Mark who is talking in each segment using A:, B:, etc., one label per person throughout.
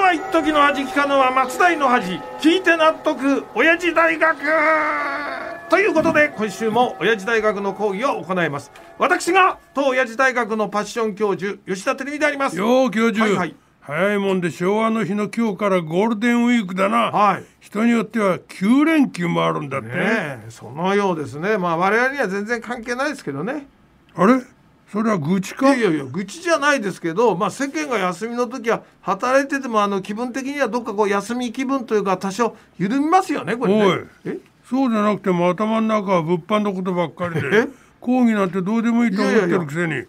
A: は一時の恥聞かぬは松代の恥聞いて納得親父大学ということで今週も親父大学の講義を行います私が当親父大学のパッション教授吉田照美であります
B: よう教授、
A: はいはい
B: 早いもんで昭和の日の今日からゴールデンウィークだな、
A: はい
B: 人によっては9連休もあるんだって、
A: ねえそのようですねまあ我々には全然関係ないですけどね
B: あれそれは愚痴
A: い
B: か
A: やいやいや愚痴じゃないですけど、まあ、世間が休みの時は働いててもあの気分的にはどっかこう休み気分というか多少緩みますよねこれね
B: おい
A: え
B: そうじゃなくても頭の中は物販のことばっかり
A: え
B: で講義なんてどうでもいいと思ってるくせに
A: やいや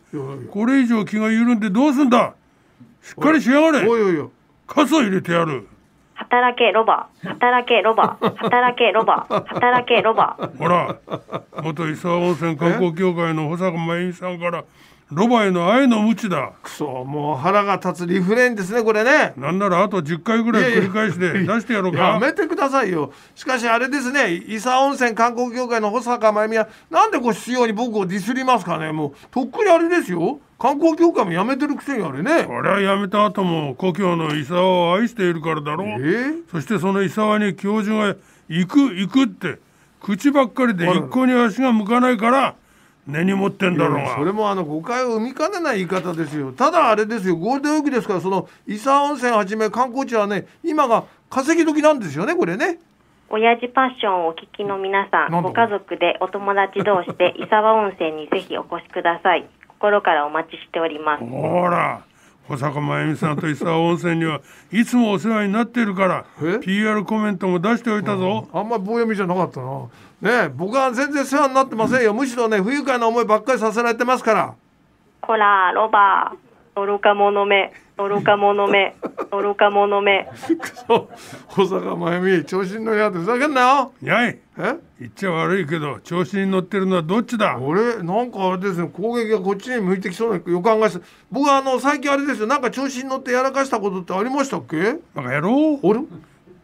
B: これ以上気が緩んでどうすんだしっかりしやがれ
A: おいおいおい
B: 傘入れてやる
C: 働け ロバ、働けロバ、働けロバ、働けロバ。
B: ほら元伊沢温泉観光協会の保坂真由美さんからロバへの愛の無知だ
A: くそもう腹が立つリフレインですねこれね
B: なんならあと10回ぐらい繰り返して出してやろう
A: や
B: か
A: めてくださいよしかしあれですね伊佐温泉観光協会の保坂真由美はなんでこう必要に僕をディスりますかねもうとっくにあれですよ観光協会もやめてるくせにあれね
B: 俺はやめた後も故郷の伊沢を愛しているからだろう、
A: えー
B: そしてその伊沢に教授が「行く行く」って口ばっかりで
A: あら
B: 一向に足が向かないから根に持ってんだろう
A: それ
B: が
A: もあの誤解を生みかねない言い方ですよただあれですよゴールデンウィークですからその伊佐温泉はじめ観光地はね今が稼ぎ時なんですよねこれね
C: 親父パッションをお聞きの皆
A: な
C: さ
A: んだ
C: ん、ご家族でお友達同士で伊沢温泉にぜひお越しください。心からお待ちしております。
B: ほら保坂真由美さんと伊沢温泉にはいつもお世話になっているから
A: え
B: PR コメントも出しておいたぞ、
A: あんまり棒読みじゃなかったなねえ僕は全然世話になってませんよむしろね不愉快な思いばっかりさせられてますから
C: こら、ロバ、愚か者め、愚か者め、愚か者め。
A: くそ保坂真由美調子に乗り合ってふざけんなよ
B: やい
A: え
B: 言っちゃ悪いけど調子に乗ってるのはどっちだ
A: 俺なんかあれですね攻撃がこっちに向いてきそうな予感がして僕はあの最近あれですよなんか調子に乗ってやらかしたことってありましたっけ
B: バカ野郎
A: あれ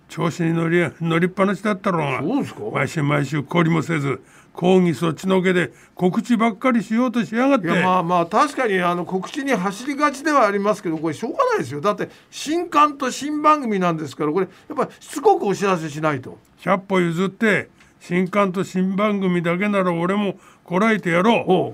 B: 調子に乗り乗りっぱなしだったろうが
A: そうですか
B: 毎週毎週懲りもせず抗議そっちのけで告知ばっかりしようとしやがっ
A: い
B: て
A: やまあまあ確かにあの告知に走りがちではありますけどこれしょうがないですよだって新刊と新番組なんですからこれやっぱりしつこくお知らせしないと
B: 100歩譲って新刊と新番組だけなら俺もこらえてや
A: お
B: ろ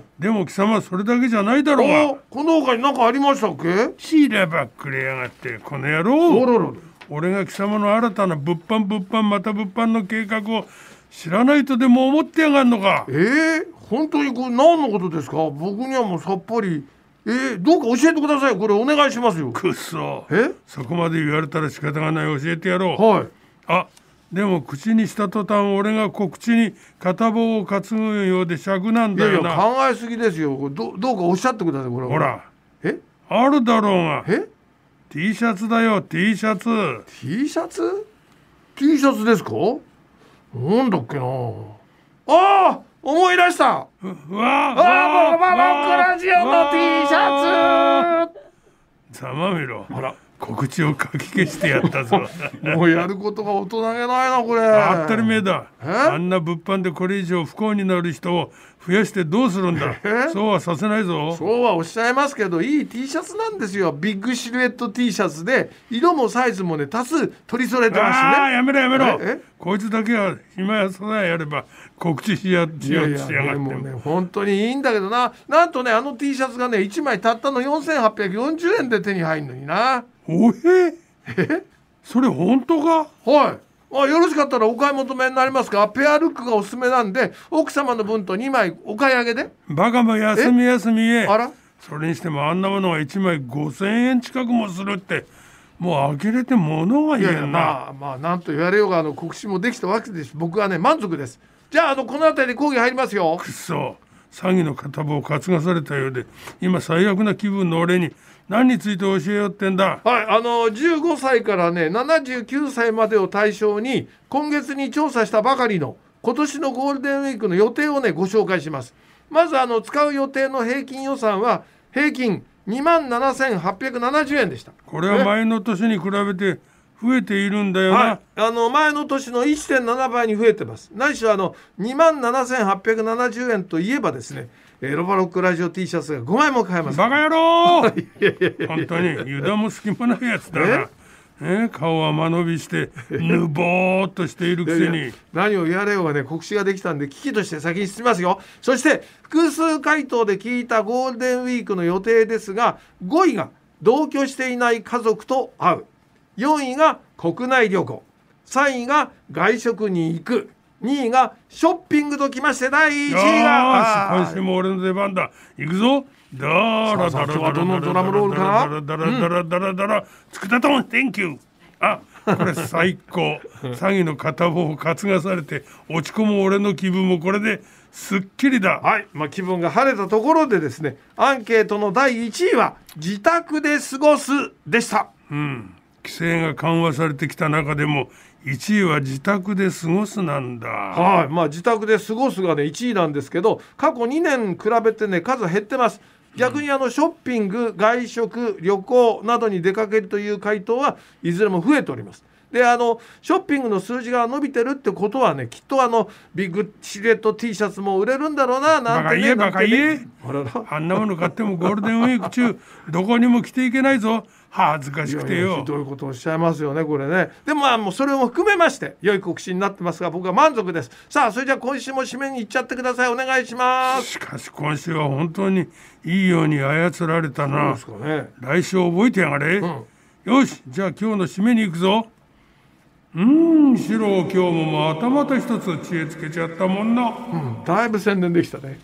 A: う
B: うでも貴様それだけじゃないだろう
A: お
B: が
A: この他に何かありましたっけ
B: しらばっくれやがってこの野
A: お
B: 郎
A: ろろろ
B: 俺が貴様の新たな物販物販また物販の計画を知らないとでも思ってやがんのか
A: えー、本当にこれ何のことですか僕にはもうさっぱりえー、どうか教えてくださいこれお願いしますよ
B: くっそ
A: え
B: そこまで言われたら仕方がない教えてやろう
A: はい
B: あでも口にした途端俺が小口に片棒を担ぐようで尺なん
A: い
B: だ
A: やいや
B: よな
A: 考えすぎですよこれどどうかおっしゃってくださいこれは
B: ほら
A: え
B: あるだろうが
A: え
B: T シャツだよ T シャツ
A: T シャツ T シャツですかなんだっけなああ思い出した
B: ううわ
A: ああバババックラジオの T シャ
B: ツざまみろほら告知をかき消してやっ たぞ
A: ツもうやることが大人げないなこれ
B: 当たり前だ
A: え
B: あんな物販でこれ以上不幸になる人を増やしてどうするんだ
A: え
B: そうはさせないぞ
A: そうはおっしゃいますけどいい T シャツなんですよビッグシルエット T シャツで色もサイズもね多数取り揃えてます
B: ああ
A: ね
B: やめろやめろ
A: ええ
B: こいつだけは暇やさえやれば告知しやし
A: いや
B: よう
A: い
B: と
A: や
B: しやが
A: でも
B: っ
A: ね
B: て
A: 本当にいいんだけどななんとねあの T シャツがね1枚たったの4840円で手に入るのにな
B: おへえそれ本当か
A: はい。あよろしかったらお買い求めになりますかペアルックがおすすめなんで奥様の分と2枚お買い上げで
B: バカも休み休みへ
A: あら
B: それにしてもあんなものが1枚5,000円近くもするってもう呆れて物が
A: い
B: 言
A: や
B: え
A: いや
B: んな
A: まあまあなんと言われようがあの告知もできたわけです僕はね満足ですじゃああのこの辺りで講義入りますよ
B: くっそ詐欺の片棒を担がされたようで今最悪な気分の俺に何について教えようってんだ
A: はいあの15歳からね79歳までを対象に今月に調査したばかりの今年のゴールデンウィークの予定をねご紹介しますまずあの使う予定の平均予算は平均2万7870円でした
B: これは前の年に比べて増えているんだよな、
A: はい、あの前の年の1.7倍に増えてます。ないしはあの2万7870円といえばですね、えーロバロックラジオ T シャツが5枚も買えます。
B: バカ野郎本当に油断も隙もないやつだなえ顔は間延びしてぬぼーっとしているくせに
A: いやいや何を言われようがね国史ができたんで危機として先に進みますよそして複数回答で聞いたゴールデンウィークの予定ですが5位が同居していない家族と会う4位が国内旅行3位が外食に行く2位がショッピングときまして第1位
B: よ
A: が
B: ーし
A: あ
B: 今
A: ー
B: 週も俺の出番だ行くぞだらだらだらだらだらだらだらだらだらだらだらつくたとん Thank you あこれ最 高詐欺の片棒を担がされて落ち込む俺の気分もこれですっきりだ
A: はい、まあ、気分が晴れたところでですねアンケートの第1位は「自宅で過ごす」でした。
B: 規制が緩和されてきた中でも1位は自宅で過ごすなんだ
A: はい、まあ自宅で過ごすがね1位なんですけど過去2年比べてね数減ってます逆にあのショッピング外食旅行などに出かけるという回答はいずれも増えておりますであのショッピングの数字が伸びてるってことはねきっとあのビッグシルエット T シャツも売れるんだろうななんてね
B: バカ言え
A: なんてねあらら
B: あんなもの買ってもゴールデンウィーク中どこにも着ていけないぞ恥ずかしくて
A: いやいや
B: よ
A: ひどいことをおっしゃいますよねこれねでもまあもうそれも含めまして良い告知になってますが僕は満足ですさあそれじゃあ今週も締めに行っちゃってくださいお願いします
B: しかし今週は本当にいいように操られた
A: どう
B: な
A: ですかね
B: 来週覚えてやがれ、
A: ん
B: よしじゃあ今日の締めに行くぞうーん白を今日もまたまた一つ知恵つけちゃったもんな
A: うんだいぶ宣伝できたね